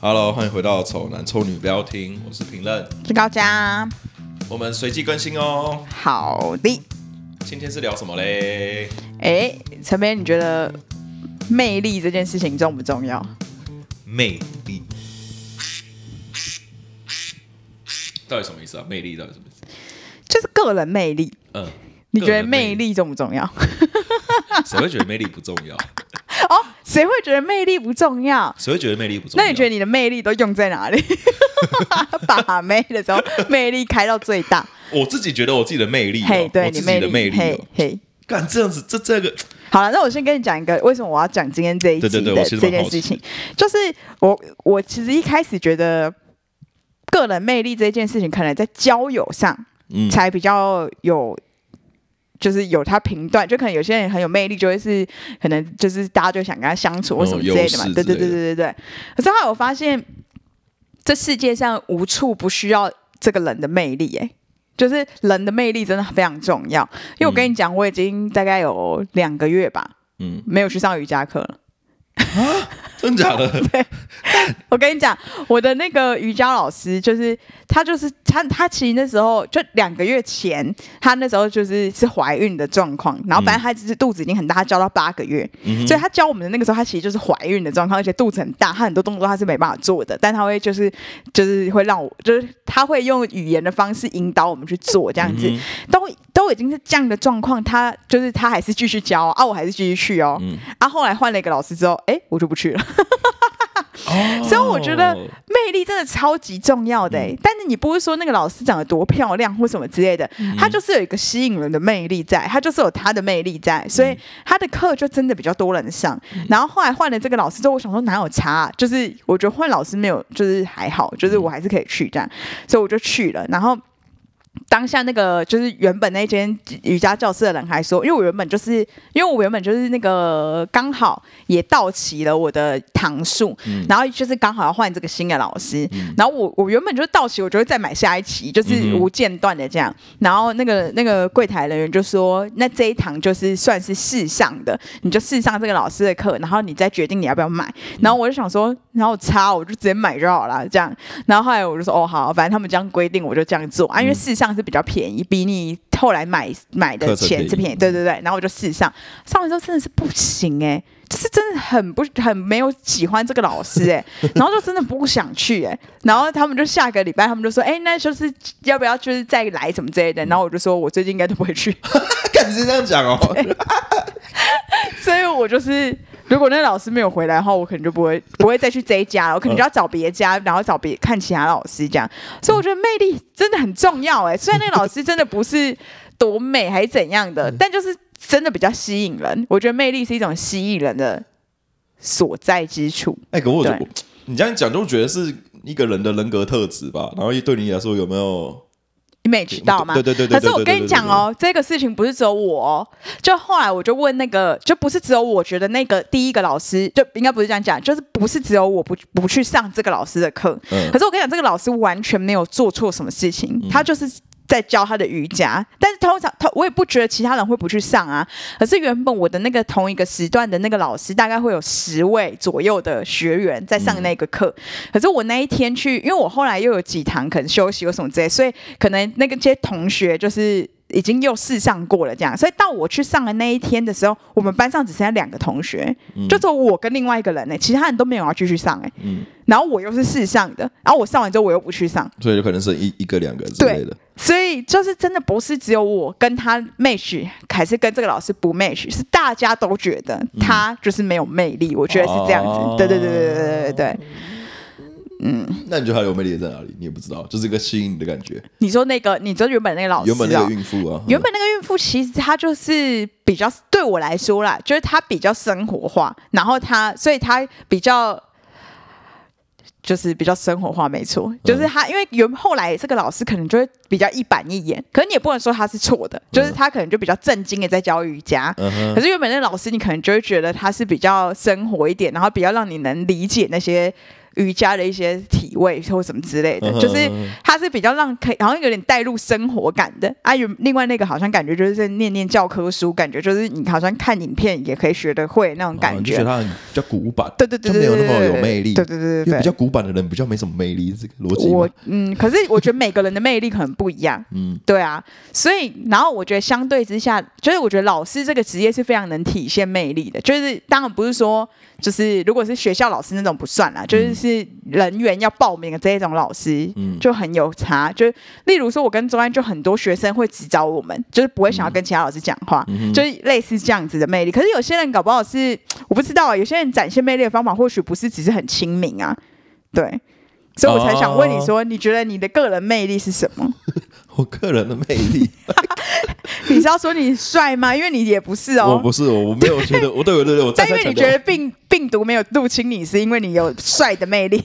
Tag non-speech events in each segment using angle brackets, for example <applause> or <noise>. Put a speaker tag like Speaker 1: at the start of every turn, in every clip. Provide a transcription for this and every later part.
Speaker 1: Hello，欢迎回到《丑男丑女》，不要听，我是评论，
Speaker 2: 是高嘉。
Speaker 1: 我们随机更新哦。
Speaker 2: 好的，
Speaker 1: 今天是聊什么嘞？
Speaker 2: 哎，陈梅，你觉得魅力这件事情重不重要？
Speaker 1: 魅力到底什么意思啊？魅力到底什么意思？
Speaker 2: 就是个人魅力，
Speaker 1: 嗯，
Speaker 2: 你觉
Speaker 1: 个
Speaker 2: 得
Speaker 1: 人魅
Speaker 2: 魅力重不重要？
Speaker 1: 谁会觉得魅力不重要？
Speaker 2: <laughs> 哦，谁会觉得魅力不重要？
Speaker 1: 谁会觉得魅力不重要？
Speaker 2: 那你觉得你的魅力都用在哪
Speaker 1: <laughs>
Speaker 2: 里？把妹的时候，魅力开到最
Speaker 1: <laughs>
Speaker 2: 大。
Speaker 1: 我自己觉得我自己的魅力、哦，
Speaker 2: 嘿，对
Speaker 1: 我自
Speaker 2: 你
Speaker 1: 己
Speaker 2: 魅
Speaker 1: 的
Speaker 2: 力，
Speaker 1: 魅力、
Speaker 2: 嘿
Speaker 1: 哦，
Speaker 2: 嘿。
Speaker 1: 干这样子，这这个
Speaker 2: 好了，那我先跟你讲一个，为什么我要讲今天这一集
Speaker 1: 对
Speaker 2: 的
Speaker 1: 对对我其实蛮
Speaker 2: 这件事情，就是我我其实一开始觉得个人魅力这件事情，可能在交友上
Speaker 1: 嗯
Speaker 2: 才比较有。就是有他评断，就可能有些人很有魅力，就会是可能就是大家就想跟他相处或什么之类的嘛。
Speaker 1: 嗯有优势
Speaker 2: 对对
Speaker 1: 之
Speaker 2: 对
Speaker 1: 类
Speaker 2: 对对对。可是后来我发现，这世界上无处不需要这个人的魅力、哎，就是人的魅力真的非常重要。因为我跟你讲，我已经大概有两个月吧，
Speaker 1: 嗯，
Speaker 2: 没有去上瑜伽课了。
Speaker 1: 真假
Speaker 2: <laughs>
Speaker 1: 的？
Speaker 2: 我跟你讲，我的那个瑜伽老师，就是他，就是他，他其实那时候就两个月前，他那时候就是是怀孕的状况，然后反正他只是肚子已经很大，他教到八个月，
Speaker 1: 嗯
Speaker 2: 所以
Speaker 1: 哼，
Speaker 2: 他教我们的那个时候，他其实就是怀孕的状况，而且肚子很大，他很多动作他是没办法做的，但他会就是就是会让我，就是他会用语言的方式引导我们去做这样子，
Speaker 1: 嗯哼
Speaker 2: 都都已经是这样的状况，他就是他还是继续教啊，我还是继续去哦，
Speaker 1: 嗯
Speaker 2: 啊，后来换了一个老师之后，哎，我就不去了。
Speaker 1: 哦
Speaker 2: 所以我觉得魅力真的超级重要的、欸，但是你不是说那个老师长得多漂亮或什么之类的，他就是有一个吸引人的魅力在，他就是有他的魅力在，所以他的课就真的比较多人上。然后后来换了这个老师之后，我想说哪有差、啊，就是我觉得换老师没有，就是还好，就是我还是可以去这样，所以我就去了，然后。当下那个就是原本那间瑜伽教室的人还说，因为我原本就是因为我原本就是那个刚好也到齐了我的堂数，
Speaker 1: 嗯
Speaker 2: 然后就是刚好要换这个新的老师，然后我我原本就是到齐，我就会再买下一期，就是
Speaker 1: 嗯哼
Speaker 2: 无间断的这样。然后那个那个柜台人员就说，那这一堂就是算是试上的，你就试上这个老师的课，然后你再决定你要不要买。然后我就想说，然后差我就直接买就好了，这样。然后后来我就说，哦好，反正他们这样规定，我就这样做
Speaker 1: 嗯
Speaker 2: 啊，因为试上是比较便宜，比你后来买买的
Speaker 1: 课程便
Speaker 2: 钱
Speaker 1: 宜
Speaker 2: 是便宜，对对对。然后我就试上，上完之后真的是不行哎、就是真的很不很没有喜欢这个老师哎、然后就真的不想去哎、然后他们就下个礼拜他们就说，哎、那就是要不要就是再来什么之类的，然后我就说我最近应该都不会去，
Speaker 1: 干是这样讲
Speaker 2: <laughs>
Speaker 1: 哦，
Speaker 2: 所以我就是。如果那个老师没有回来的话，我可能就不会不会再去这一家了，我可能就要找别家，然后找别看其他老师这样。所以我觉得魅力真的很重要哎、虽然那个老师真的不是多美还是怎样的，但就是真的比较吸引人。我觉得魅力是一种吸引人的所在之处。
Speaker 1: 哎，可我
Speaker 2: 对
Speaker 1: 你这样讲就觉得是一个人的人格特质吧，然后对你来说有没有？
Speaker 2: 你没知道吗？
Speaker 1: 对对对对对
Speaker 2: 可是我跟你讲哦，这个事情不是只有我、哦，就后来我就问那个，就不是只有我觉得那个第一个老师，就应该不是这样讲，就是不是只有我不不去上这个老师的课。
Speaker 1: 嗯
Speaker 2: 可是我跟你讲，这个老师完全没有做错什么事情，他就是。在教他的瑜伽，但是通常他我也不觉得其他人会不去上啊。可是原本我的那个同一个时段的那个老师，大概会有十位左右的学员在
Speaker 1: 嗯
Speaker 2: 上那个课，可是我那一天去，因为我后来又有几堂可能休息或什么之类，所以可能那个些同学就是已经又试上过了这样，所以到我去上的那一天的时候，我们班上只剩下两个同学，就只有我跟另外一个人呢、其他人都没有要继续上哎、
Speaker 1: 嗯，
Speaker 2: 然后我又是试上的，然后我上完之后我又不去上，
Speaker 1: 所以就可能是一一个两个之类的。
Speaker 2: 所以就是真的不是只有我跟他 match，还是跟这个老师不 match，是大家都觉得他就是没有魅力，我觉得是这样
Speaker 1: 嗯哦
Speaker 2: 子，对对对对对对对对。
Speaker 1: 那你觉得他有魅力在哪里？你也不知道，就是一个吸引你的感觉。
Speaker 2: 你说那个，你说原本那个老师、哦，
Speaker 1: 原本那个孕妇啊，
Speaker 2: 原本那个孕妇其实她就是比较对我来说啦，就是她比较生活化，然后她所以她比较。就是比较生活化，没错。就是她，因为原后来这个老师可能就会比较一板一眼，可是你也不能说他是错的，就是他可能就比较正经的在教瑜伽，
Speaker 1: 嗯哼，
Speaker 2: 可是原本那老师，你可能就会觉得他是比较生活一点，然后比较让你能理解那些瑜伽的一些体位或什么之类的
Speaker 1: 嗯，哼
Speaker 2: 就是它是比较让可以好像有点带入生活感的。啊，有另外那个好像感觉就是在念念教科书，感觉就是你好像看影片也可以学得会那种
Speaker 1: 哦
Speaker 2: 感
Speaker 1: 你就觉
Speaker 2: 觉。
Speaker 1: 得他很比较古板，
Speaker 2: 对对对
Speaker 1: 就
Speaker 2: 对，
Speaker 1: 没有那么
Speaker 2: 对
Speaker 1: 有
Speaker 2: 对
Speaker 1: 魅力
Speaker 2: 对对对
Speaker 1: 因为
Speaker 2: 对
Speaker 1: 比较
Speaker 2: 对。
Speaker 1: 古板的人比较没什么魅力，这个逻辑吗
Speaker 2: 我嗯，可是我觉得每个人的魅力可能不一样，
Speaker 1: <laughs> 嗯
Speaker 2: 对啊，所以然后我觉得相对之下，就是我觉得老师这个职业是非常能体现魅力的，就是当然不是说就是如果是学校老师那种不算啦，就是
Speaker 1: 嗯
Speaker 2: 是人员要报名的这一种老师。
Speaker 1: 嗯，
Speaker 2: 就很有差，就例如说，我跟周安就很多学生会只找我们，就是不会想要跟其他老师讲话，
Speaker 1: 嗯哼
Speaker 2: 就是类似这样子的魅力。可是有些人搞不好是我不知道啊，有些人展现魅力的方法或许不是只是很亲民啊，对，所以我才想问
Speaker 1: 哦
Speaker 2: 你说，你觉得你的个人魅力是什么？
Speaker 1: 我个人的魅力，
Speaker 2: 你是要说你帅吗？因为你也不是
Speaker 1: 我
Speaker 2: 哦。
Speaker 1: 不是我我没有觉得，我对我对对，我再
Speaker 2: <laughs> 但
Speaker 1: 三
Speaker 2: 因为
Speaker 1: 强
Speaker 2: 你
Speaker 1: 调
Speaker 2: 觉，得病病毒没有入侵你，是因为你有帅的魅力。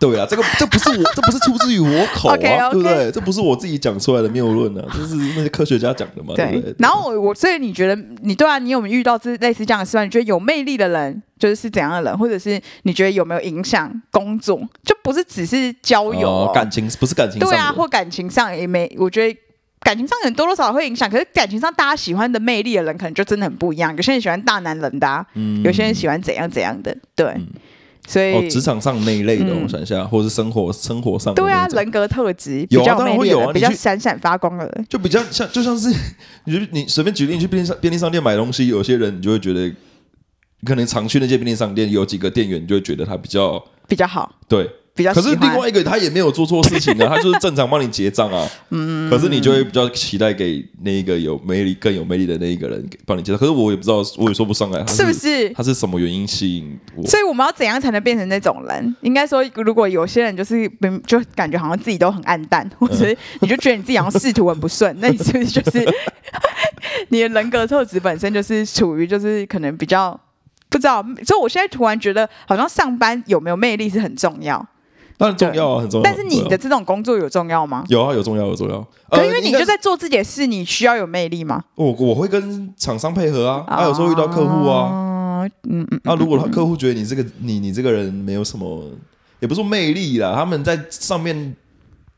Speaker 1: 对啊，这个这不是我，这不是出自于我口啊，
Speaker 2: <laughs> OK，OK
Speaker 1: 对不对？这不是我自己讲出来的谬论啊，这是那些科学家讲的嘛，对不哦对？
Speaker 2: 然后我我所以你觉得你对啊，你有没有遇到这类似这样的事吗？你觉得有魅力的人就是是怎样的人，或者是你觉得有没有影响工作？就不是只是交友、
Speaker 1: 哦感情不是感情上
Speaker 2: 对啊，
Speaker 1: 的，
Speaker 2: 或感情上也没，我觉得。感情上可能多多少少会影响，可是感情上大家喜欢的魅力的人，可能就真的很不一样。有些人喜欢大男人的、啊，
Speaker 1: 嗯
Speaker 2: 有些人喜欢怎样怎样的，对。所以、
Speaker 1: 哦，职场上那一类的，
Speaker 2: 嗯
Speaker 1: 我想一下，或者是生活生活上的
Speaker 2: 对啊
Speaker 1: 那，种
Speaker 2: 人格特质
Speaker 1: 有啊
Speaker 2: 比较
Speaker 1: 当然
Speaker 2: 魅
Speaker 1: 会
Speaker 2: 力
Speaker 1: 有
Speaker 2: 的
Speaker 1: 啊
Speaker 2: 人，
Speaker 1: 你
Speaker 2: 比较
Speaker 1: 去
Speaker 2: 闪闪发光的人。
Speaker 1: 就比较像，就像是 <laughs> 你去你随便举例，你去便利商便利商店买东西，有些人你就会觉得，可能常去那些便利商店，有几个店员你就会觉得他比较
Speaker 2: 比较好，
Speaker 1: 对。
Speaker 2: 比较喜
Speaker 1: 可
Speaker 2: 欢。
Speaker 1: 是另外一个他也没有做错事情
Speaker 2: <laughs>
Speaker 1: 啊，他就是正常帮你结账啊。嗯。可是你就会比较期待给那一个有魅力、更有魅力的那一个人给帮你结账。可是我也不知道，我也说不上来，他
Speaker 2: 是不是？
Speaker 1: 他是什么原因吸引我？
Speaker 2: 所以我们要怎样才能变成那种人？应该说，如果有些人就是明就感觉好像自己都很暗
Speaker 1: 嗯
Speaker 2: 淡，或者是你就觉得你自己好像仕途很不顺， <laughs> 那你是不是就是你的人格特质本身就是处于就是可能比较不知道？所以我现在突然觉得，好像上班有没有魅力是很重要，
Speaker 1: 当然重要啊，很重要。
Speaker 2: 但是你
Speaker 1: 对
Speaker 2: 的
Speaker 1: 啊
Speaker 2: 这种工作有重要吗？
Speaker 1: <laughs> 有啊，有重要，有重要。
Speaker 2: <laughs> 可
Speaker 1: 呃
Speaker 2: 因为你
Speaker 1: 应该
Speaker 2: 就在做自己的事，你需要有魅力吗？
Speaker 1: 我我会跟厂商配合啊，还有时候遇到客户啊。
Speaker 2: 啊，哦嗯嗯，
Speaker 1: 啊，如果他客户觉得你这个你你这个人没有什么，也不是说魅力啦，他们在上面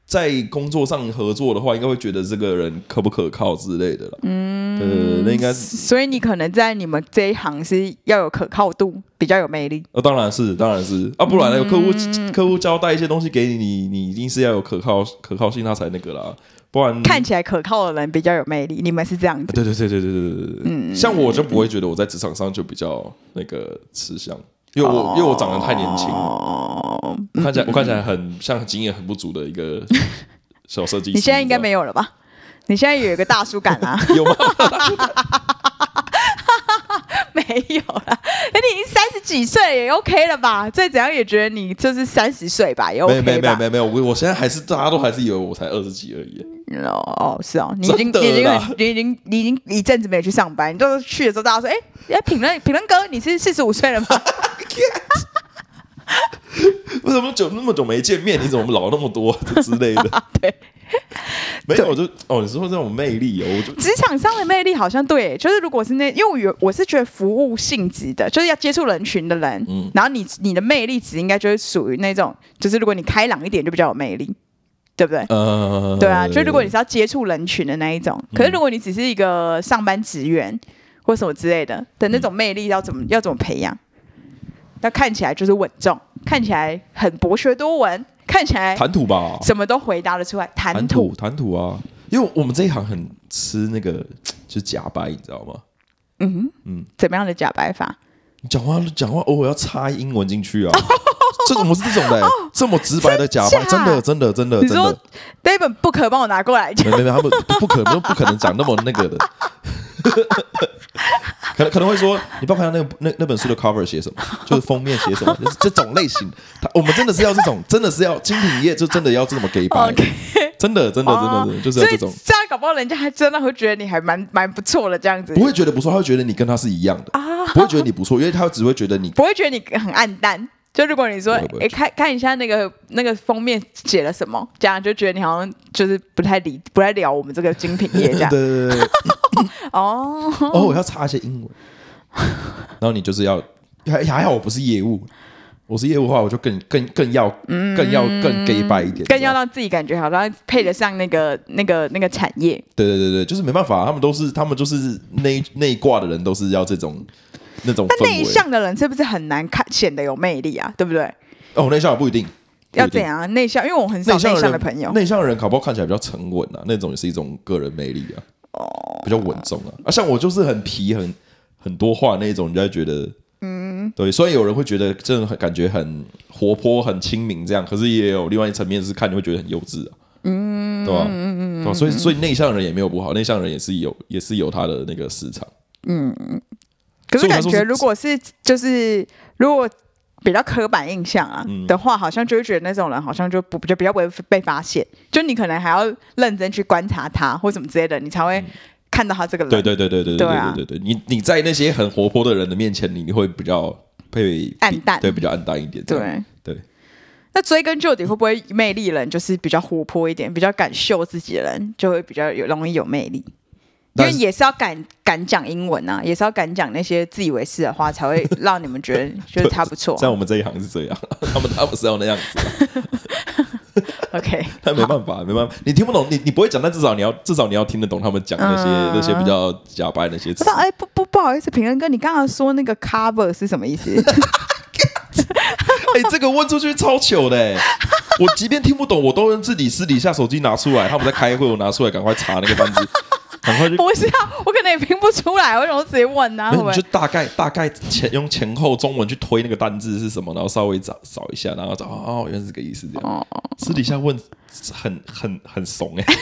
Speaker 1: 在工作上合作的话，应该会觉得这个人可不可靠之类的啦。嗯，呃，那应该是
Speaker 2: 所以你可能在你们这一行是要有可靠度，比较有魅力。
Speaker 1: 呃，当然是当然是啊，不然呢，客户
Speaker 2: 嗯
Speaker 1: 客户交代一些东西给你，你你一定是要有可靠可靠性，他才那个啦，不然
Speaker 2: 看起来可靠的人比较有魅力，你们是这样子。
Speaker 1: 对对对对对对对对，嗯，像我就不会觉得我在职场上就比较那个吃香，因为我、因为我长得太年轻，
Speaker 2: 哦，
Speaker 1: 我看起来我看起来很像经验很不足的一个小设计师。
Speaker 2: 你现在应该没
Speaker 1: 有
Speaker 2: 有了吧？你现在有一个大叔感
Speaker 1: <laughs>
Speaker 2: 啊？
Speaker 1: 有
Speaker 2: <laughs>
Speaker 1: 吗？
Speaker 2: 没有啦，那你已经三十几岁了也 OK 了吧？再怎样也觉得你就是三十岁吧，也
Speaker 1: 没有
Speaker 2: OK 吧？
Speaker 1: 没有没有没有没有，我我现在还是大家都还是以为我才二十几而已。
Speaker 2: 哦哦，是哦，你已经
Speaker 1: 真的啊
Speaker 2: 你已经
Speaker 1: 啦
Speaker 2: 很你已经你已经一阵子没有去上班，你就是去的时候大家说，哎、哎，评论评论哥，你是四十五岁了吗？
Speaker 1: 为什么久那么久没见面？你怎么老那么多之类的？
Speaker 2: <laughs> 对，
Speaker 1: 没有，我就哦，你说这种魅力哦，我就
Speaker 2: 职场上的魅力好像对，就是如果是那，因为我有我是觉得服务性质的，就是要接触人群的人，
Speaker 1: 嗯
Speaker 2: 然后你你的魅力值应该就是属于那种，就是如果你开朗一点就比较有魅力，对不对？
Speaker 1: 呃，
Speaker 2: 对啊，就如果你是要接触人群的那一
Speaker 1: 嗯
Speaker 2: 种，可是如果你只是一个上班职员或什么之类的的那种魅力，要怎
Speaker 1: 嗯
Speaker 2: 么要怎么培养？要看起来就是稳重，看起来很博学多闻，看起来
Speaker 1: 谈吐吧，
Speaker 2: 什么都回答得出来，谈
Speaker 1: 谈
Speaker 2: 吐
Speaker 1: 吐谈吐啊，因为我们这一行很吃那个就是假白，你知道吗？
Speaker 2: 怎么样的假白法？
Speaker 1: 你讲话讲话偶尔要插英文进去啊，这种我是这种的欸、这么直白的假白，真
Speaker 2: 真假
Speaker 1: 的真的真的
Speaker 2: 你
Speaker 1: 真的
Speaker 2: 说。那本不可帮我拿过来，
Speaker 1: 没没没，他们不不可能不可能讲那么那个的， <laughs> 可能可能会说，你不要看到那个那那本书的 cover 写什么，就是封面写什么，就是这种类型。他我们真的是要这种，真的是要精品业就真的要这么给白
Speaker 2: OK
Speaker 1: 真的真的真的真的就是要这种
Speaker 2: 哦所以，这样搞不好人家还真的会觉得你还蛮蛮不错的这样子，
Speaker 1: 不会觉得不错，他会觉得你跟他是一样的，
Speaker 2: 啊
Speaker 1: 不会觉得你不错，因为他只会觉得你
Speaker 2: <laughs> 不会觉得你很暗淡。就如果你说，
Speaker 1: 不会不会
Speaker 2: 哎，看看一下那个那个封面写了什么，这样就觉得你好像就是不太理不太聊我们这个精品
Speaker 1: <laughs>
Speaker 2: 业这
Speaker 1: 对
Speaker 2: 样。
Speaker 1: 对对对，
Speaker 2: 啊哦，
Speaker 1: 偶尔要插一些英文，然后你就是要还还好我不是业务，我是业务的话，我就更更更要更要更 gay 拜一点，
Speaker 2: 嗯更要让自己感觉好，然后配得上那个那个那个产业。
Speaker 1: 对对对对，就是没办法，他们都是他们就是内内挂的人，都是要这种那种
Speaker 2: 但
Speaker 1: 氛
Speaker 2: 内
Speaker 1: 围。
Speaker 2: 向的人是不是很难看显得有魅力啊？对不对？
Speaker 1: 哦，内向也不一定，不一定
Speaker 2: 要怎？样啊内向？因为我很少
Speaker 1: 内
Speaker 2: 内
Speaker 1: 向
Speaker 2: 向
Speaker 1: 人
Speaker 2: 的朋友。
Speaker 1: 内向的人搞不好看起来比较沉稳啊，那种也是一种个人魅力啊，哦，比较稳重啊。啊，像我就是很皮，很很多话那种，人家觉得，嗯，对。虽然有人会觉得真的很感觉很活泼、很亲民这样，可是也有另外一层面是看你会觉得很幼稚啊，嗯，对吧、对吧、所以所以内向人也没有不好，内向人也是有也是有他的那个市场。
Speaker 2: 可是
Speaker 1: 所以我才
Speaker 2: 感
Speaker 1: 说
Speaker 2: 觉
Speaker 1: 是
Speaker 2: 如果是就是如果比较刻板印象啊、
Speaker 1: 嗯
Speaker 2: 的话，好像就会觉得那种人好像就不就比较不会被发现，就你可能还要认真去观察他或什么之类的，你才会看到他这个人。
Speaker 1: 嗯对对对对对对
Speaker 2: 对啊
Speaker 1: 对对对，你你在那些很活泼的人的面前，你你会比较被
Speaker 2: 暗淡
Speaker 1: 对，比较暗淡一点。这样
Speaker 2: 对
Speaker 1: 对，
Speaker 2: 那追根究底，会不会魅力人就是比较活泼一点，比较敢秀自己的人，就会比较有容易有魅力？因
Speaker 1: 但
Speaker 2: 为
Speaker 1: 是
Speaker 2: 也是要敢敢讲英文啊，也是要敢讲那些自以为是的话，才会让你们觉得
Speaker 1: <laughs>
Speaker 2: 就是他不错啊、
Speaker 1: 在我们这一行是这
Speaker 2: <laughs>
Speaker 1: 样，他们他们是要那样子，
Speaker 2: OK，
Speaker 1: 但没办法，没办法，你听不懂，你你不会讲，但至少你要至少你要听得懂他们讲那些
Speaker 2: 嗯
Speaker 1: 那些比较假白那些
Speaker 2: 不
Speaker 1: 词
Speaker 2: <laughs> 知道，。哎、不不不好意思，平恩哥，你刚刚说那个 cover 是什么意思？ <laughs>
Speaker 1: 哎，这个问出去超糗的
Speaker 2: <laughs>
Speaker 1: 欸。我即便听不懂，我都能自己私底下手机拿出来，他们在开会，我拿出来赶快查那个单
Speaker 2: <laughs>
Speaker 1: 子，赶快去
Speaker 2: 不是啊，我可能也拼不出来，我为什么直接问呢、啊？
Speaker 1: 没
Speaker 2: 会不
Speaker 1: 有，
Speaker 2: 会
Speaker 1: 你就大概大概前用前后中文去推那个单字是什么，然后稍微找找一下，然后找哦，原来是这个意思这样。
Speaker 2: 哦
Speaker 1: 私底下问很很很
Speaker 2: <laughs>
Speaker 1: 怂哎、欸，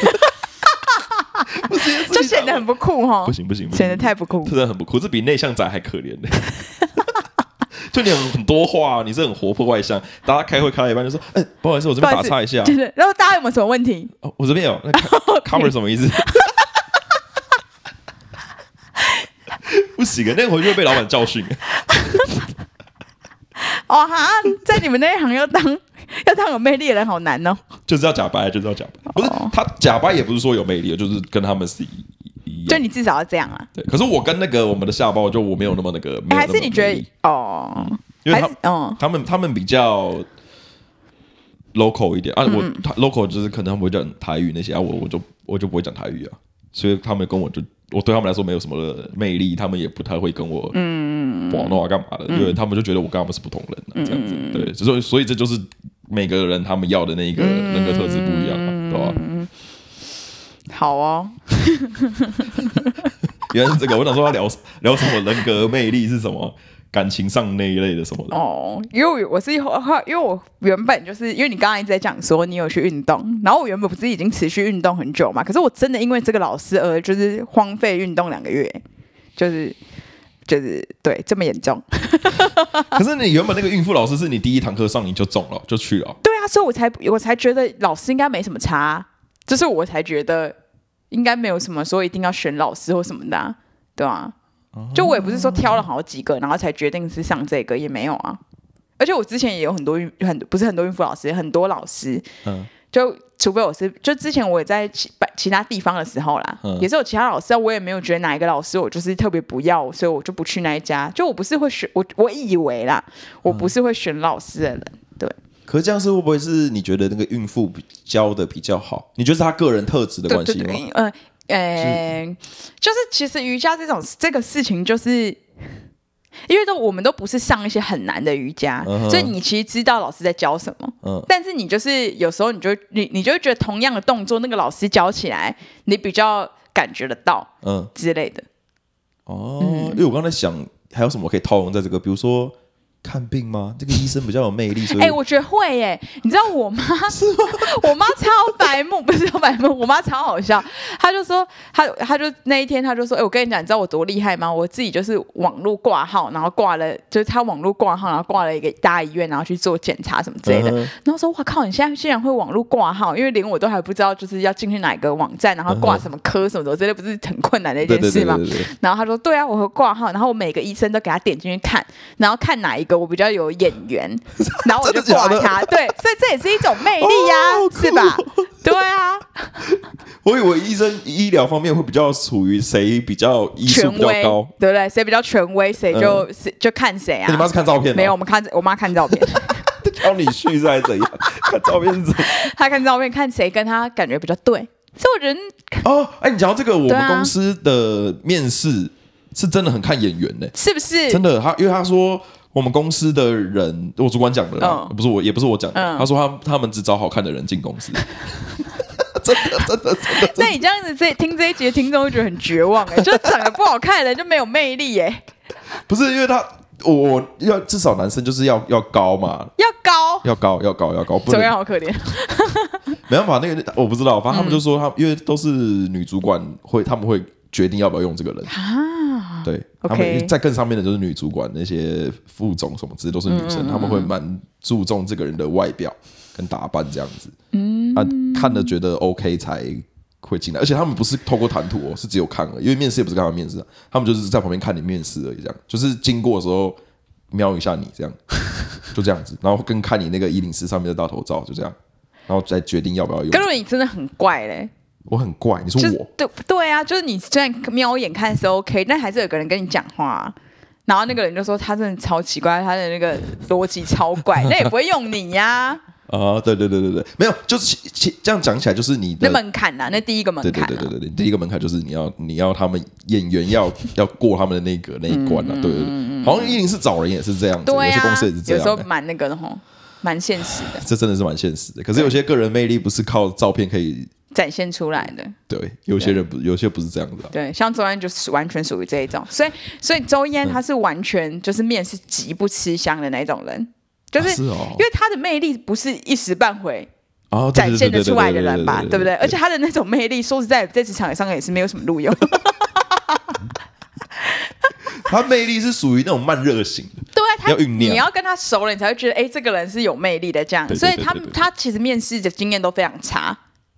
Speaker 1: 不是
Speaker 2: 就显得很不酷哦
Speaker 1: 不，行不行，不行
Speaker 2: 显得太不酷。
Speaker 1: 真的很不酷，这比内向仔还可怜呢、 <laughs> 就你很很多话，你是很活泼外向，大家开会开到一半就说：“哎、不好意思，我这
Speaker 2: 不
Speaker 1: 边
Speaker 2: 好
Speaker 1: 打
Speaker 2: 意思，
Speaker 1: 岔一下，
Speaker 2: <laughs> 就是，然后大家有没有什么问题？
Speaker 1: 哦、我这边
Speaker 2: <laughs>
Speaker 1: 有那 cover 什么意思？” <laughs> 不行啊，那个回去会被老板教训。 <laughs>
Speaker 2: 哦哈，在你们那一行要当 <laughs> 要当有魅力的人好难哦，
Speaker 1: 就是要假掰，就是要假掰。不是、他假掰，也不是说有魅力，就是跟他们是一一
Speaker 2: 就
Speaker 1: 样。
Speaker 2: 你至少要这样啊。
Speaker 1: 对，可是我跟那个我们的下包，就我没有那么那个，没有那
Speaker 2: 哎还
Speaker 1: 么
Speaker 2: 是你觉
Speaker 1: 魅
Speaker 2: 得
Speaker 1: 力
Speaker 2: 哦，
Speaker 1: 因为
Speaker 2: 还
Speaker 1: 他
Speaker 2: 是哦，
Speaker 1: 他们他们比较 local 一点啊，我他 local 就是可能他们会讲台语那些啊，我我就我就不会讲台语啊，所以他们跟我就我对他们来说没有什么魅力，他们也不太会跟我嗯玩闹啊干嘛的，因为他们就觉得我跟他们是不同人、啊、这样子，对，所以所以这就是每个人他们要的那个人格特质不一样、啊，对吧、
Speaker 2: 嗯好哦，
Speaker 1: 原来是这个，我想说要聊聊什么人格魅力是什么，感情上那一类的什么的。
Speaker 2: 哦，因为我我是后后，因为我原本就是因为你刚刚一直在讲说你有去运动，然后我原本不是已经持续运动很久嘛，可是我真的因为这个老师而就是荒废运动两个月，就是就是对这么严重，
Speaker 1: 可是你原本那个孕妇老师是你第一堂课上你就中了，就去了。
Speaker 2: 对啊，所以我才我才觉得老师应该没什么差啊，就是我才觉得应该没有什么说一定要选老师或什么的、啊，对啊，就我也不是说挑了好几个，然后才决定是上这个，也没有啊。而且我之前也有很多孕很不是很多孕妇老师，很多老师，
Speaker 1: 嗯，
Speaker 2: 就除非我是就之前我也在其其他地方的时候啦，
Speaker 1: 嗯
Speaker 2: 也是有其他老师啊，我也没有觉得哪一个老师我就是特别不要，所以我就不去那一家。就我不是会选我，我以为啦，我
Speaker 1: 嗯
Speaker 2: 不是会选老师的人。对，
Speaker 1: 可是这样是会不会是你觉得那个孕妇比教的比较好？你觉得是她个人特质的
Speaker 2: 对
Speaker 1: 关
Speaker 2: 对
Speaker 1: 系吗？
Speaker 2: 对，呃呃，就是其实瑜伽这种这个事情，就是因为都我们都不是上一些很难的瑜伽，
Speaker 1: 嗯哼
Speaker 2: 所以你其实知道老师在教什么。
Speaker 1: 嗯，
Speaker 2: 但是你就是有时候你就你你就会觉得同样的动作，那个老师教起来，你比较感觉得到
Speaker 1: 嗯，
Speaker 2: 之类的。
Speaker 1: 哦，
Speaker 2: 嗯
Speaker 1: 因为我刚才想还有什么可以套用在这个，比如说看病吗？这个医生比较有魅力，所以
Speaker 2: 哎、我觉得会耶、你知道我妈我妈超白目， <laughs> 不是超白目，我妈超好笑。她就说，她她就那一天，她就说，哎、我跟你讲，你知道我多厉害吗？我自己就是网络挂号，然后挂了，就是她网络挂号，然后挂了一个大医院，然后去做检查什么之类的。
Speaker 1: 嗯哼
Speaker 2: 然后说，哇靠，你现在竟然会网络挂号，因为连我都还不知道，就是要进去哪个网站，然后挂什么科什么的，我真的不是很困难的一
Speaker 1: 嗯对
Speaker 2: 件
Speaker 1: 对对
Speaker 2: 事吗
Speaker 1: 对？对，对
Speaker 2: 然后他说：“对啊，我会挂号，然后我每个医生都给他点进去看，然后看哪一个我比较有眼
Speaker 1: <laughs>
Speaker 2: 缘，然后我就
Speaker 1: 真的假
Speaker 2: 挂
Speaker 1: <laughs> 的
Speaker 2: 他。对，所以这也是一种魅力呀、
Speaker 1: 哦好酷
Speaker 2: 是吧？对啊，
Speaker 1: 我以为医生医疗方面会比较处于谁比较 <laughs> 医术
Speaker 2: 权
Speaker 1: 比较
Speaker 2: 威
Speaker 1: 高，，嗯哎
Speaker 2: 对不对？谁比较权威，谁就谁就看谁
Speaker 1: 那你妈
Speaker 2: 啊。
Speaker 1: 是看照片的？哦
Speaker 2: 没有，我，们看我妈看照片，
Speaker 1: <laughs> 教你去是还是怎
Speaker 2: <laughs>
Speaker 1: 样？看照片是怎样？
Speaker 2: 她看照片看谁跟她感觉比较对。所以我觉得
Speaker 1: 哦，哎，你讲到这个，我
Speaker 2: 对
Speaker 1: 们
Speaker 2: 啊
Speaker 1: 公司的面试是真的很看眼缘的，
Speaker 2: 是不是
Speaker 1: 真的。他因为他说我们公司的人，我主管讲的啦，
Speaker 2: 嗯
Speaker 1: 不是我，也不是我讲的。
Speaker 2: 嗯
Speaker 1: 他说他他们只找好看的人进公司，真的真的真的。
Speaker 2: 那你这样子这听这一集的听众会觉得很绝望
Speaker 1: <laughs>
Speaker 2: 哎、就是长得不好看的人就没有魅力哎、
Speaker 1: 不是因为他，我我要至少男生就是要要高嘛，
Speaker 2: 要高，
Speaker 1: 要高要高要高，不
Speaker 2: 怎么
Speaker 1: 能
Speaker 2: 样？好可怜，
Speaker 1: 没办法，那个我不知道，反正他们就说他，因为都是女主管会，他们会决定要不要用这个人啊。对他
Speaker 2: OK
Speaker 1: 们在更上面的就是女主管那些副总什么之类都是女生，他们会蛮注重这个人的外表跟打扮这样子。嗯，啊，看了觉得 OK 才会进来，而且他们不是透过谈吐哦，是只有看而已，因为面试也不是看他面试啊，他们就是在旁边看你面试而已，这样就是经过的时候瞄一下你这样， <laughs> 就这样子，然后跟看你那个一零四上面的大头照就这样。然后再决定要不要用。
Speaker 2: 可是你真的很怪嘞、
Speaker 1: 我很怪，你说
Speaker 2: 就是
Speaker 1: 我
Speaker 2: 对对啊，就是你虽然瞄一眼看是 OK，但还是有个人跟你讲话啊、然后那个人就说他真的超奇怪，他的那个逻辑超怪，那也不会用你呀、
Speaker 1: 啊？对对对对对，没有，就是其其这样讲起来就是你的
Speaker 2: 那门槛呐、那第一个门
Speaker 1: 对对
Speaker 2: 槛、啊，
Speaker 1: 对对对对，第一个门槛就是你要你要他们演员要要过他们的那个那一
Speaker 2: 嗯
Speaker 1: 关啊，对对对，好像一零是找人也是这样子，
Speaker 2: 对
Speaker 1: 有些
Speaker 2: 啊，
Speaker 1: 公司也是这
Speaker 2: 有时候
Speaker 1: 样的。
Speaker 2: 蛮那个的吼，蛮现实的，
Speaker 1: 这真的是蛮现实的，可是有些个人魅力不是靠照片可以，
Speaker 2: 展现出来的。
Speaker 1: 对，有些人不，有些不是这样的啊、
Speaker 2: 对，像周嫣就是完全属于这一种，所以所以周
Speaker 1: 嗯
Speaker 2: 嫣她是完全就是面是极不吃香的那一种人，就是。
Speaker 1: 啊是
Speaker 2: 因
Speaker 1: 哦，
Speaker 2: 为她的魅力不是一时半会
Speaker 1: 哦，对
Speaker 2: 展现得出来的人吧，对不对？而且
Speaker 1: 对
Speaker 2: 她的那种魅力，说实在，在职场上也是没有什么路用。
Speaker 1: 他魅力是属于那种慢热型的，
Speaker 2: 对啊，她
Speaker 1: 要酝酿
Speaker 2: 你要跟她熟了，你才会觉得，哎，这个人是有魅力的。这样，
Speaker 1: 对对
Speaker 2: 所以
Speaker 1: 对
Speaker 2: 她
Speaker 1: 对对
Speaker 2: 她其实面试的经验都非常差，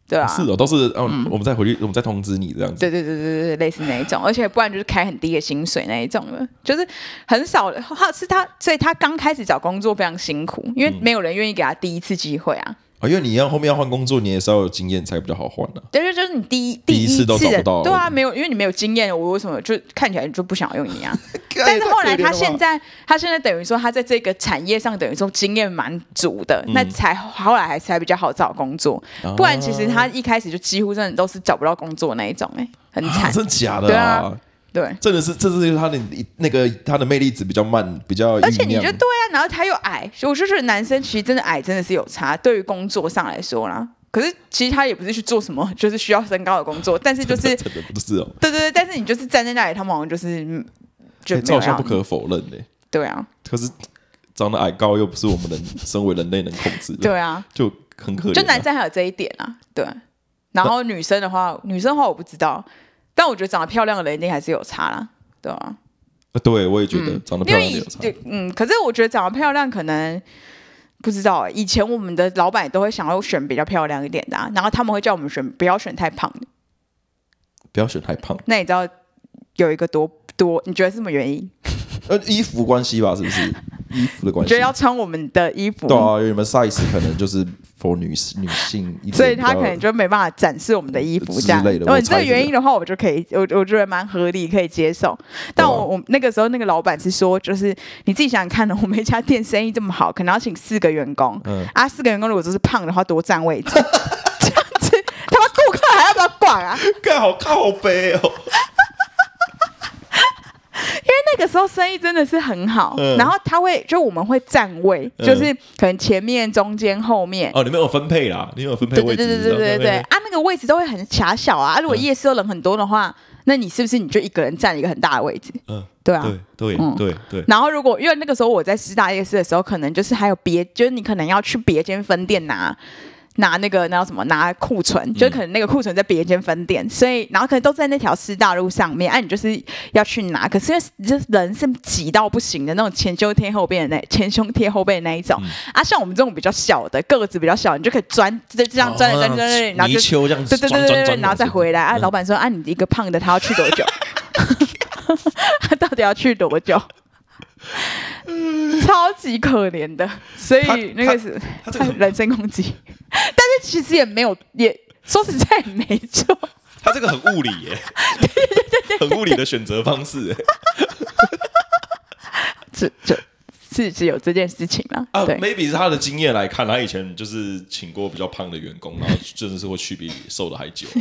Speaker 2: 对啊，
Speaker 1: 是哦，都是哦，我们再回去，我们再通知你这样子。
Speaker 2: 对对对对对，类似那一种，而且不然就是开很低的薪水那一种了，就是很少的。他是他，所以他刚开始找工作非常辛苦，因为没有人愿意给他第一次机会啊。
Speaker 1: 啊，因为你要后面要换工作，你也是要有经验才比较好换的、
Speaker 2: 对，就就是你第一
Speaker 1: 第一
Speaker 2: 一
Speaker 1: 次都找
Speaker 2: 的
Speaker 1: 不到
Speaker 2: 对啊，没有，因为你没有经验，我为什么就看起来就不想用你啊？
Speaker 1: 但
Speaker 2: 但是后来他现在，他现在等于说他在这个产业上等于说经验蛮足的，那才后来还才比较好找工作。不然其实他一开始就几乎真的都是找不到工作那一种、哎， <laughs> 很惨。
Speaker 1: 啊、真的假的
Speaker 2: 对啊对，
Speaker 1: 真的是，这是他的那个他的魅力值比较慢，比较
Speaker 2: 而且
Speaker 1: 酝
Speaker 2: 你
Speaker 1: 酿
Speaker 2: 就对啊，然后他又矮，我就觉得男生其实真的矮真的是有差，对于工作上来说啦。可是其实他也不是去做什么就是需要身高的工作，但是就 <laughs> 是
Speaker 1: 真的不是哦，
Speaker 2: 对对对，但是你就是站在那里，他们好像就是嗯就
Speaker 1: 哎
Speaker 2: 没
Speaker 1: 这
Speaker 2: 有
Speaker 1: 好像
Speaker 2: 要
Speaker 1: 不可否认呢、
Speaker 2: 对啊，
Speaker 1: 可是长得矮高又不是我们能身为人类能控制的，
Speaker 2: 对啊，
Speaker 1: 就很可怜、啊。
Speaker 2: 就男生还有这一点啊，对。然后女生的话，女生的话我不知道，但我觉得长得漂亮的人一定还是有差啦，对啊。
Speaker 1: 啊对我也觉得长得
Speaker 2: 因
Speaker 1: 漂
Speaker 2: 为
Speaker 1: 亮的
Speaker 2: 以
Speaker 1: 有差。
Speaker 2: 对嗯，可是我觉得长得漂亮可能不知道欸、以前我们的老板都会想要选比较漂亮一点的、啊，然后他们会叫我们选不要选太胖的。
Speaker 1: 不要选太胖，
Speaker 2: 那你知道有一个多多？你觉得是什么原因？
Speaker 1: 呃，衣服关系吧，是不
Speaker 2: <laughs>
Speaker 1: 是？衣服的关
Speaker 2: 你
Speaker 1: 系
Speaker 2: 觉得。要穿我们的衣服，
Speaker 1: 对啊，因为你们 size 可能就是 for 女女性一点比较，
Speaker 2: 所以他可
Speaker 1: <laughs>
Speaker 2: 能就没办法展示我们的衣服这样。
Speaker 1: 之类的
Speaker 2: 如果
Speaker 1: 我
Speaker 2: 你这
Speaker 1: 猜
Speaker 2: 个
Speaker 1: 是
Speaker 2: 原因的话，我就可以，我我觉得蛮合理，可以接受。
Speaker 1: 啊
Speaker 2: 但我我那个时候那个老板是说，就是你自己想想看哦呢，我们一家店生意这么好，可能要请四个员工，
Speaker 1: 嗯
Speaker 2: 啊，四个员工如果都是胖的话，多占位置， <laughs> 这样子他妈顾客还要不要管啊？
Speaker 1: 盖好靠背哦。
Speaker 2: 那个时候生意真的是很好，
Speaker 1: 嗯
Speaker 2: 然后他会就我们会站位，
Speaker 1: 嗯
Speaker 2: 就是可能前面、中间、后面。
Speaker 1: 哦，你们有分配啦，你们有分配
Speaker 2: 对
Speaker 1: 位
Speaker 2: 对
Speaker 1: 置，
Speaker 2: 对对对对对对啊！那个位置都会很狭小啊。啊如果夜市又人很多的话，那你是不是你就一个人占一个很大的位置？
Speaker 1: 嗯，
Speaker 2: 对啊。
Speaker 1: 对对
Speaker 2: 嗯
Speaker 1: 对对，
Speaker 2: 然后如果因为那个时候我在师大夜市的时候，可能就是还有别，就是你可能要去别间分店拿。拿那个，拿什么？拿库存，就是可能那个库存在别间分店，所以然后可能都在那条师大路上面，哎、你就是要去拿。可是因为就是人是挤到不行的那种，前胸贴后背的那前胸贴后背的那一种、啊，像我们这种比较小的个子比较小，你就可以钻，就
Speaker 1: 哦
Speaker 2: 这样钻来钻去，钻来钻去然后就
Speaker 1: 泥鳅这样子，
Speaker 2: 对对对
Speaker 1: 钻
Speaker 2: 对
Speaker 1: 钻
Speaker 2: 对，
Speaker 1: 钻，
Speaker 2: 然后再回来。
Speaker 1: 嗯
Speaker 2: 啊，老板说啊，你一个胖的，他要去多久？ <laughs> 他到底要去多久？嗯，超级可怜的，所
Speaker 1: 他
Speaker 2: 以那个是
Speaker 1: 他这个
Speaker 2: 人身攻击，但是其实也没有也。说实在没救。
Speaker 1: 他这个很物理
Speaker 2: <laughs>
Speaker 1: 耶，很物理的选择方式耶
Speaker 2: 这这是只有这件事情啦。
Speaker 1: 啊。
Speaker 2: 对
Speaker 1: maybe 是他的经验来看，他以前就是请过比较胖的员工，然后真的是会去比瘦的还久
Speaker 2: <laughs>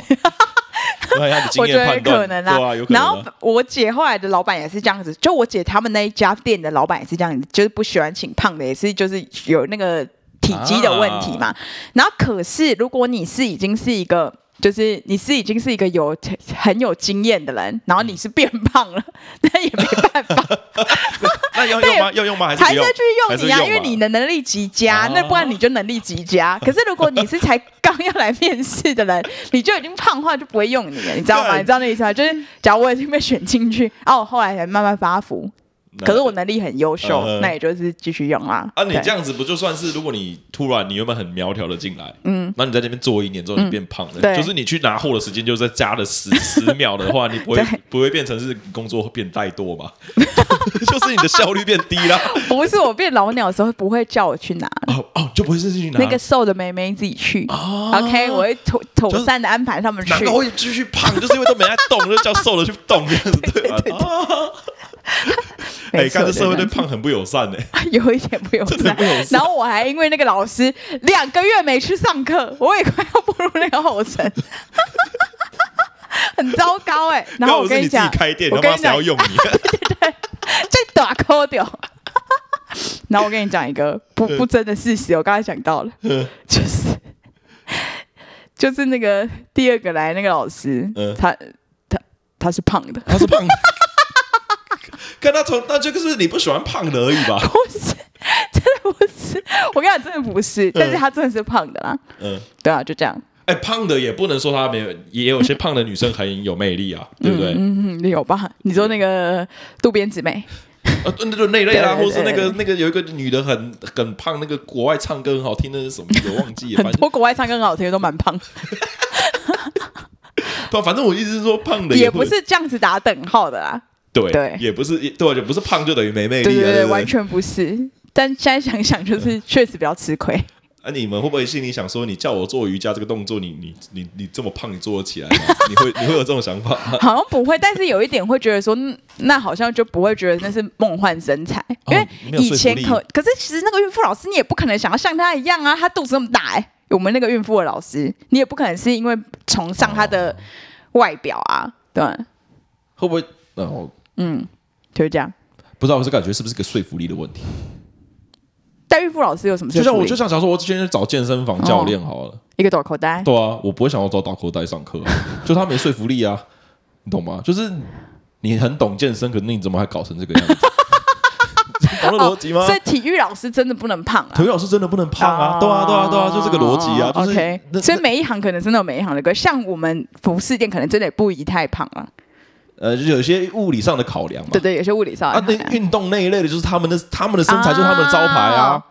Speaker 1: 啊、对他的经
Speaker 2: 我觉
Speaker 1: 验
Speaker 2: 得
Speaker 1: 判
Speaker 2: 有可
Speaker 1: 断，
Speaker 2: 能啦。
Speaker 1: 对啊，有可能
Speaker 2: 然
Speaker 1: 啊、
Speaker 2: 后我姐后来的老板也是这样子，就我姐他们那一家店的老板也是这样子，就是不喜欢请胖的，也是就是有那个体积的问题
Speaker 1: 啊
Speaker 2: 嘛。然后可是如果你是已经是一个。就是你是已经是一个有很有经验的人，然后你是变胖了， <laughs> 那也没办法，
Speaker 1: 那
Speaker 2: <laughs>
Speaker 1: 要用吗？要用吗？还是
Speaker 2: 还
Speaker 1: 不
Speaker 2: 是
Speaker 1: 用？
Speaker 2: 去用你啊，因为你的能力极佳
Speaker 1: 啊，
Speaker 2: 那不然你就能力
Speaker 1: <laughs>
Speaker 2: 极佳。可是如果你是才刚要来面试的人， <laughs> 你就已经胖的话，就不会用你了，你知道吗？
Speaker 1: 对
Speaker 2: 你知道那意思吗？就是假如我已经被选进去，啊，我后来才慢慢发福，可是我能力很优秀
Speaker 1: 嗯，
Speaker 2: 那也就是继续用啦。
Speaker 1: 啊，你
Speaker 2: 对
Speaker 1: 这样子不就算是，如果你突然你原本很苗条的进来，嗯，那你在那边做一年之后你变胖了，
Speaker 2: 对
Speaker 1: 就是你去拿货的时间就在加了十 <laughs> 十秒的话，你不会
Speaker 2: 对
Speaker 1: 不会变成是工作变怠惰嘛？ <laughs> 就是你的效率变低
Speaker 2: <laughs>
Speaker 1: 啦，
Speaker 2: 不是我变老鸟的时候不会叫我去拿
Speaker 1: 哦哦，就不会是去拿
Speaker 2: 那个瘦的妹妹自己去。
Speaker 1: 哦
Speaker 2: OK，我会妥妥
Speaker 1: 就是
Speaker 2: 善的安排他们去
Speaker 1: 难。怪会继续胖，就是因为都没在动，就叫瘦的去动这样子，对
Speaker 2: <laughs>
Speaker 1: 吧？啊哎，
Speaker 2: 没错
Speaker 1: 看这社会
Speaker 2: 就
Speaker 1: 对
Speaker 2: 这样
Speaker 1: 胖很不友善哎，
Speaker 2: <laughs> 有一点不友
Speaker 1: 真的
Speaker 2: 善
Speaker 1: 不友善。
Speaker 2: 然后我还因为那个老师两个月没去上课，我也快要步入那个后尘， <laughs> 很糟糕哎、然
Speaker 1: <laughs>
Speaker 2: 后
Speaker 1: 要
Speaker 2: 我
Speaker 1: 不是
Speaker 2: 跟
Speaker 1: 你自
Speaker 2: 讲，
Speaker 1: 己开店，
Speaker 2: 我
Speaker 1: 他
Speaker 2: 跟
Speaker 1: 妈
Speaker 2: 你
Speaker 1: 谁要
Speaker 2: 讲，
Speaker 1: 用你？
Speaker 2: 这打扣掉。然后我跟你讲一个不
Speaker 1: 嗯
Speaker 2: 不争的事实，我刚才想到了，就是就是那个第二个来那个老师，
Speaker 1: 嗯
Speaker 2: 他他他是胖的，
Speaker 1: 他是胖的。 <laughs> 看他从，那就是你不喜欢胖的而已 <laughs> 吧？
Speaker 2: 不是真的不是，我跟你讲真的不是，但是他真的是胖的啦，
Speaker 1: 嗯，
Speaker 2: 对啊，就这样。
Speaker 1: 哎、胖的也不能说他没有，也有些胖的女生很有魅力啊，对不对？
Speaker 2: 嗯，嗯有吧？你说那个渡边直美，
Speaker 1: 呃，对对对，那一类啦，
Speaker 2: 对
Speaker 1: 或
Speaker 2: 对
Speaker 1: 是那
Speaker 2: 对
Speaker 1: 个那个有一个女的很很胖，那个国外唱歌很好听，那是什么？我忘记了，
Speaker 2: 很
Speaker 1: 反正
Speaker 2: 多国外唱歌很好听，都蛮胖，
Speaker 1: 不反正我意思是说，胖的
Speaker 2: 也
Speaker 1: 会
Speaker 2: 不是这样子打等号的啦。
Speaker 1: 对，
Speaker 2: 对
Speaker 1: 也不是也对，也不是胖就等于没魅力啊，
Speaker 2: 对对
Speaker 1: 对
Speaker 2: 对，
Speaker 1: 不
Speaker 2: 完。全不是。但现在想想，
Speaker 1: 嗯
Speaker 2: 就是确实比较吃亏。
Speaker 1: 啊，你们会不会心里想说，你叫我做瑜伽这个动作，你你你你这么胖，你做得起来吗？你会你会有这种想法吗？
Speaker 2: 好像不会，但是有一点会觉得说，嗯那好像就不会觉得那是梦幻身材，
Speaker 1: 哦
Speaker 2: 因为
Speaker 1: 没有
Speaker 2: 以
Speaker 1: 说服
Speaker 2: 前
Speaker 1: 力
Speaker 2: 可可是其实那个孕妇老师，你也不可能想要像她一样啊，她肚子那么大哎、我们那个孕妇的老师，你也不可能是因为崇尚她
Speaker 1: 哦
Speaker 2: 的外表啊，对，
Speaker 1: <laughs> 会不会？然后
Speaker 2: 嗯，就是这样。
Speaker 1: 不知道，我是感觉是不是个说服力的问题？
Speaker 2: 但孕妇老师有什么说
Speaker 1: 就
Speaker 2: 服力？
Speaker 1: 像我就像想说，我之前去找健身房教练好了。
Speaker 2: 一个抖口袋，
Speaker 1: 对啊，我不会想要找打口袋上课啊、 <laughs> 就他没说服力啊，你懂吗？就是你很懂健身，可是你怎么还搞成这个
Speaker 2: <laughs>
Speaker 1: 样子？懂了逻辑吗
Speaker 2: 哦所？以体育老师真的不能胖啊
Speaker 1: 体。育老师真的不能胖啊！
Speaker 2: 哦
Speaker 1: 对啊，对啊，对啊，就这个逻辑啊，就是
Speaker 2: OK，
Speaker 1: 那
Speaker 2: 所以每一行可能真的有每一行的歌，像我们服饰店可能真的也不宜太胖了。
Speaker 1: 呃，就是有一些物理上的考量嘛
Speaker 2: 对。对，有些物理上的
Speaker 1: 啊，
Speaker 2: 考
Speaker 1: 那
Speaker 2: 量
Speaker 1: 运动那一类的，就是他们的他们的身材，就是他们的招牌啊，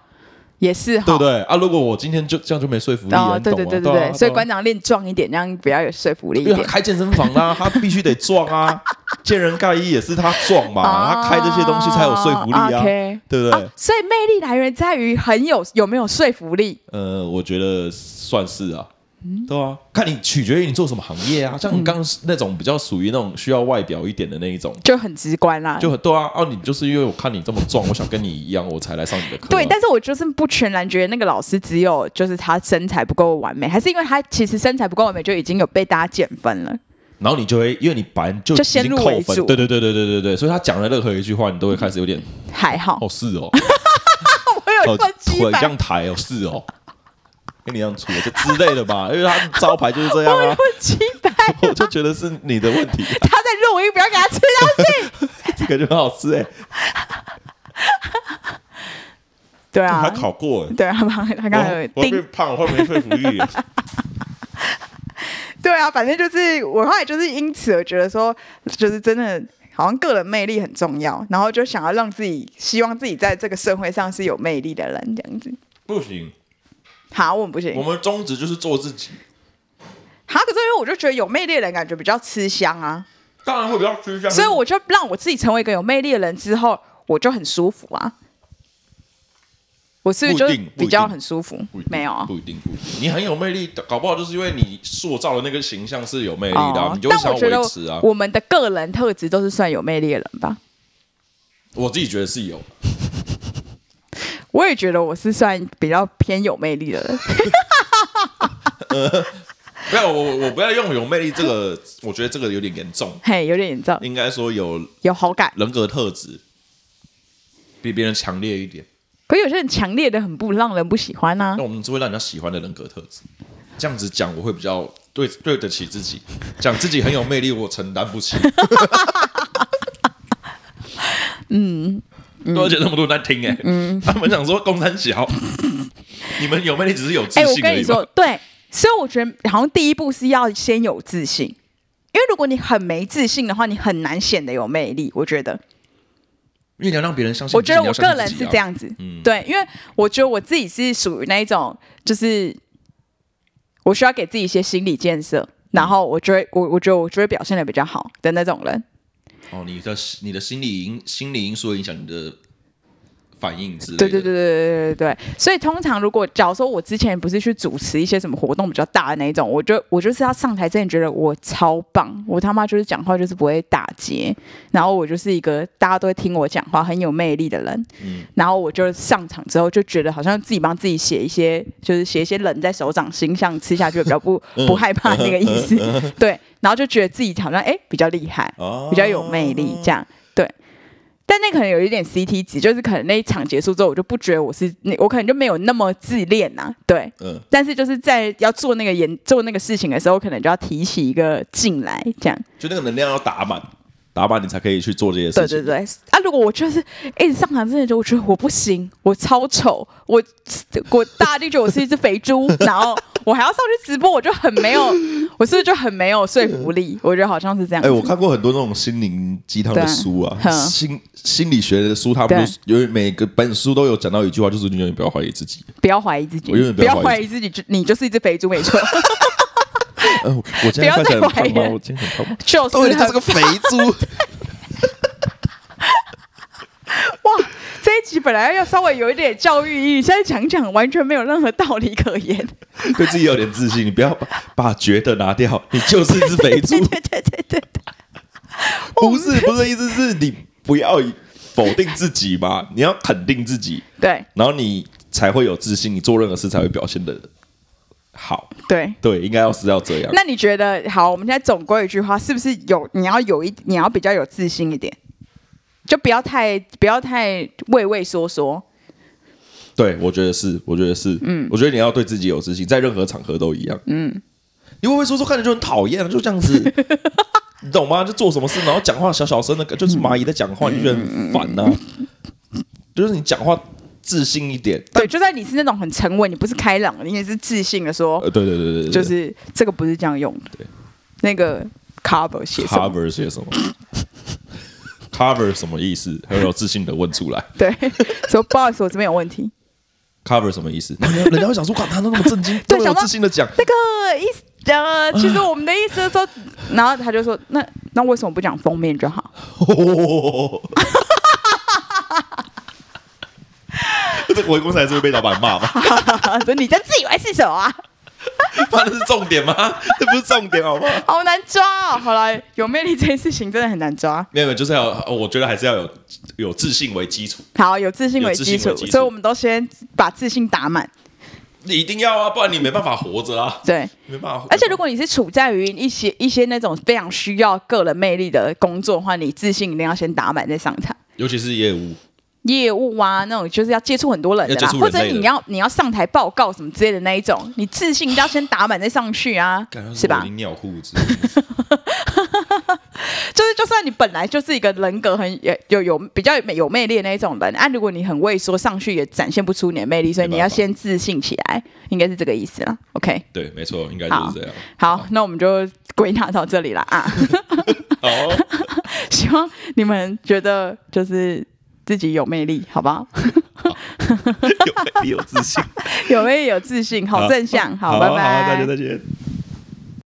Speaker 2: 也是哈
Speaker 1: 对不。对？啊，如果我今天就这样就没说服力啊，
Speaker 2: 哦，
Speaker 1: 你
Speaker 2: 对
Speaker 1: 懂
Speaker 2: 对
Speaker 1: 吗？
Speaker 2: 对
Speaker 1: 对
Speaker 2: 对
Speaker 1: 啊
Speaker 2: 对，所以
Speaker 1: 啊
Speaker 2: 馆长练壮一点，这样比较有说服力一
Speaker 1: 因为他
Speaker 2: 点。
Speaker 1: 开健身房
Speaker 2: <laughs>
Speaker 1: 啦，他必须得壮啊，见人盖伊也是他壮嘛，他开这些东西才有说服力
Speaker 2: 哦
Speaker 1: 啊，
Speaker 2: 啊 OK，
Speaker 1: 对不对
Speaker 2: 啊？所以魅力来源在于很有有没有说服力。
Speaker 1: 呃，我觉得算是啊，对啊，看你取决于你做什么行业啊，像你刚刚那种比较属于那种需要外表一点的那一种，
Speaker 2: 就很直观啦，
Speaker 1: 就很对啊，哦，你就是因为我看你这么壮，我想跟你一样，我才来上你的课啊，
Speaker 2: 对，但是我就是不全然觉得那个老师只有就是他身材不够完美，还是因为他其实身材不够完美就已经有被大家减分
Speaker 1: 哦
Speaker 2: 了。
Speaker 1: 然后你就会因为你本来就
Speaker 2: 就
Speaker 1: 已
Speaker 2: 先
Speaker 1: 经
Speaker 2: 入
Speaker 1: 扣
Speaker 2: 为
Speaker 1: 分，
Speaker 2: 主
Speaker 1: 对对对对对对对，所以他讲的任何一句话，你都会开始有点
Speaker 2: 还好，
Speaker 1: 哦是哦，
Speaker 2: 我有
Speaker 1: 哦，
Speaker 2: 这么
Speaker 1: 腿
Speaker 2: 鸡
Speaker 1: 这
Speaker 2: 掰，
Speaker 1: 样抬哦，是哦，跟你一样粗，就之类的吧，因 <laughs> 为他招牌就是这样啊，
Speaker 2: 我鸡掰，
Speaker 1: <laughs> 我就觉得是你的问题， <laughs>
Speaker 2: 他在录音，不要给他吃到。
Speaker 1: 这个就很好吃哎、
Speaker 2: 对
Speaker 1: 还
Speaker 2: 啊，
Speaker 1: 考过哎、
Speaker 2: 对啊，他他刚才有
Speaker 1: 我我变
Speaker 2: 盯，
Speaker 1: 胖，我会没说服力。 <laughs>
Speaker 2: 对啊，反正就是我后来就是因此我觉得说，就是真的。好像个人魅力很重要，然后就想要让自己，希望自己在这个社会上是有魅力的人，这样子。
Speaker 1: 不行，
Speaker 2: 好，我们不行。
Speaker 1: 我们宗旨就是做自己，
Speaker 2: 好，可是因为我就觉得有魅力的人感觉比较吃香啊。
Speaker 1: 当然会比较吃 <laughs> 香。
Speaker 2: 所以我就让我自己成为一个有魅力的人之后，我就很舒服啊。我是
Speaker 1: 不一
Speaker 2: 就
Speaker 1: 定不一
Speaker 2: 比较
Speaker 1: 定
Speaker 2: 很舒服
Speaker 1: 不一，定
Speaker 2: 没有啊。
Speaker 1: 不一定，不一定。你很有魅力，搞不好就是因为你塑造的那个形象是有魅力的啊、
Speaker 2: 哦
Speaker 1: 你就会
Speaker 2: 但
Speaker 1: 想
Speaker 2: 我觉
Speaker 1: 要
Speaker 2: 得
Speaker 1: 维持啊。
Speaker 2: 我们的个人特质都是算有魅力的人吧。
Speaker 1: 我自己觉得是有，
Speaker 2: 我也觉得我是算比较偏有魅力
Speaker 1: <laughs>
Speaker 2: 的人。
Speaker 1: 不要我我不要用有魅力这个，我觉得这个有点严重，
Speaker 2: 嘿，有点严重，
Speaker 1: 应该说有
Speaker 2: 有好感。
Speaker 1: 人格特质比别人强烈一点，
Speaker 2: 可有些人强烈的很不让人不喜欢啊呐、
Speaker 1: 那我们是会让人家喜欢的人格特质。这样子讲，我会比较对对得起自己，讲自己很有魅力，我承担不
Speaker 2: <laughs>
Speaker 1: 起。嗯，而且那么多人在听哎、
Speaker 2: 嗯
Speaker 1: 他们想说公三小，你们有魅力只是有自
Speaker 2: 哎、我
Speaker 1: 信而
Speaker 2: 跟你
Speaker 1: 已吧。
Speaker 2: 说，对，所以我觉得好像第一步是要先有自信，因为如果你很没自信的话，你很难显得有魅力。我觉得，
Speaker 1: 因为你要让别人相信
Speaker 2: 我
Speaker 1: 自己，
Speaker 2: 觉得
Speaker 1: 你要
Speaker 2: 我
Speaker 1: 相
Speaker 2: 个
Speaker 1: 信
Speaker 2: 人
Speaker 1: 自己
Speaker 2: 是
Speaker 1: 啊
Speaker 2: 这。样子，
Speaker 1: 嗯
Speaker 2: 对，因为我觉得我自己是属于那一种，就是我需要给自己一些心理建设，
Speaker 1: 嗯
Speaker 2: 然后我就会，我我觉得我就会表现的比较好的那种人。
Speaker 1: 哦，你的你的心理因心理因素影响你的反应之类的。
Speaker 2: 对对对对对对对对。所以通常如果假如说我之前不是去主持一些什么活动比较大的那一种，我就我就是要上台之前觉得我超棒，我他妈就是讲话就是不会打结，然后我就是一个大家都会听我讲话很有魅力的人，
Speaker 1: 嗯
Speaker 2: 然后我就上场之后就觉得好像自己帮自己写一些就是写一些冷在手掌心，像吃下去比
Speaker 1: <laughs>
Speaker 2: 较不不害怕那个意思，对，然后就觉得自己好像哎比较厉害，
Speaker 1: 哦，
Speaker 2: 比较有魅力，这样对。但那可能有一点 CT 值，就是可能那一场结束之后，我就不觉得我是那，我可能就没有那么自恋呐、对。
Speaker 1: 嗯，
Speaker 2: 但是就是在要做那个演做那个事情的时候，可能就要提起一个劲来，这样。
Speaker 1: 就那个能量要打满，打满你才可以去做这些事
Speaker 2: 对
Speaker 1: 情。
Speaker 2: 对对。啊，如果我就是一直上场之前就我觉得我不行，我超丑，我我大家就觉得我是一只肥猪，然后我还要上去直播，我就很没有，我是不是就很没有说服力？我觉得好像是这样
Speaker 1: 哎、
Speaker 2: 子。
Speaker 1: 我看过很多那种心灵鸡汤的书啊，
Speaker 2: 对嗯哼
Speaker 1: 心心理学的书，它不
Speaker 2: 对
Speaker 1: 是有每个本书都有讲到一句话，就是你永远不要怀疑自
Speaker 2: <laughs>
Speaker 1: 己。
Speaker 2: 不要怀疑自己，
Speaker 1: 我永远不
Speaker 2: 不
Speaker 1: 要
Speaker 2: 要
Speaker 1: 怀
Speaker 2: 怀
Speaker 1: 疑
Speaker 2: 疑自己，就你就是一只肥猪，没错。
Speaker 1: 呃，我我今
Speaker 2: 不
Speaker 1: 天
Speaker 2: 要
Speaker 1: 看起来
Speaker 2: 再
Speaker 1: 很
Speaker 2: 怀
Speaker 1: 胖
Speaker 2: 疑
Speaker 1: 吗？
Speaker 2: 了
Speaker 1: 我今天很胖吗？
Speaker 2: 就是
Speaker 1: 对，你就
Speaker 2: 很
Speaker 1: 是个肥
Speaker 2: <laughs>
Speaker 1: 猪。
Speaker 2: 哇，这一集本来要稍微有一点教育意义，现在讲讲完全没有任何道理可言。
Speaker 1: 对自己有点自信，你不要把把觉得拿掉，你就是一只肥猪
Speaker 2: <laughs> 对。对对对对，
Speaker 1: 不是，不是，意思是你不要否定自己嘛，你要肯定自己，
Speaker 2: 对
Speaker 1: 然后你才会有自信，你做任何事才会表现的好。
Speaker 2: 对。
Speaker 1: 对，应该要是要这样。
Speaker 2: 那你觉得好？我们现在总归一句话，是不是有你要有一你要比较有自信一点，就不要太不要太畏畏缩缩。
Speaker 1: 对，我觉得是，我觉得是，嗯，我觉得你要对自己有自信，在任何场合都一样，嗯。你会不会说说看着就很讨厌，就这样子， <laughs> 你懂吗？就做什么事，然后讲话小小声的，就是蚂蚁在讲话，你就觉得很烦呐、啊就是你讲话自信一点，
Speaker 2: 对，就算你是那种很沉稳，你不是开朗的，你也是自信的说，
Speaker 1: 呃，对对对对对，
Speaker 2: 就是这个不是这样用的
Speaker 1: 对。
Speaker 2: 那个 cover 写什么？
Speaker 1: cover 写什么？cover 什么意思？很有自信的问出来
Speaker 2: 对， <laughs> 说不好意思，我这边有问题。
Speaker 1: ，cover 什么意思？ <laughs> 人家会想说，哇，他那么震 <laughs> 惊，这么
Speaker 2: 对
Speaker 1: 有
Speaker 2: 想到
Speaker 1: 自信的讲，
Speaker 2: 那个意思，呃，其实我们的意思是说，然后他就说，那那为什么不讲封面就好？ <laughs>
Speaker 1: <laughs> 这个回公司还是会被老板骂吧？
Speaker 2: 说你在自以为是什么啊？
Speaker 1: 妈，这是重点吗？ <laughs> 这不是重点，好不好？
Speaker 2: 好难抓哦！好了，有魅力这件事情真的很难抓。
Speaker 1: 没有，没有，就是要，我觉得还是要有有自信为基础，
Speaker 2: 好，有自信为基础
Speaker 1: 有自信为基，础
Speaker 2: 所以我们都先把自信打满。
Speaker 1: 你一定要啊，不然你没办法活着啊，
Speaker 2: 对，
Speaker 1: 没办法活着。
Speaker 2: 而且如果你是处在于一些一些那种非常需要个人魅力的工作的话，你自信一定要先打满再上场。
Speaker 1: 尤其是业务，
Speaker 2: 业务啊，那种就是要接触很多人的
Speaker 1: 要接
Speaker 2: 啦，
Speaker 1: 触人
Speaker 2: 或
Speaker 1: 类
Speaker 2: 者
Speaker 1: 的
Speaker 2: 你要你要上台报告什么之类的那一种，你自信一定要先打满再上去啊
Speaker 1: 感，觉
Speaker 2: 是吧？
Speaker 1: 尿裤子，
Speaker 2: 就是就算你本来就是一个人格很有有有比较有魅力的那一种人，啊，如果你很畏缩，上去也展现不出你的魅力，所以你要先自信起来，应该是这个意思啦。OK，
Speaker 1: 对，没错，应该就是这样。
Speaker 2: 好，那我们就归纳到这里了
Speaker 1: <laughs>
Speaker 2: 啊。
Speaker 1: 好哦，
Speaker 2: 希望你们觉得就是自己有魅力，好
Speaker 1: <laughs>
Speaker 2: 不好？
Speaker 1: <laughs> 有有自信，
Speaker 2: <laughs> 有魅力有自信，好正向，好，拜拜，
Speaker 1: 好，大家再见。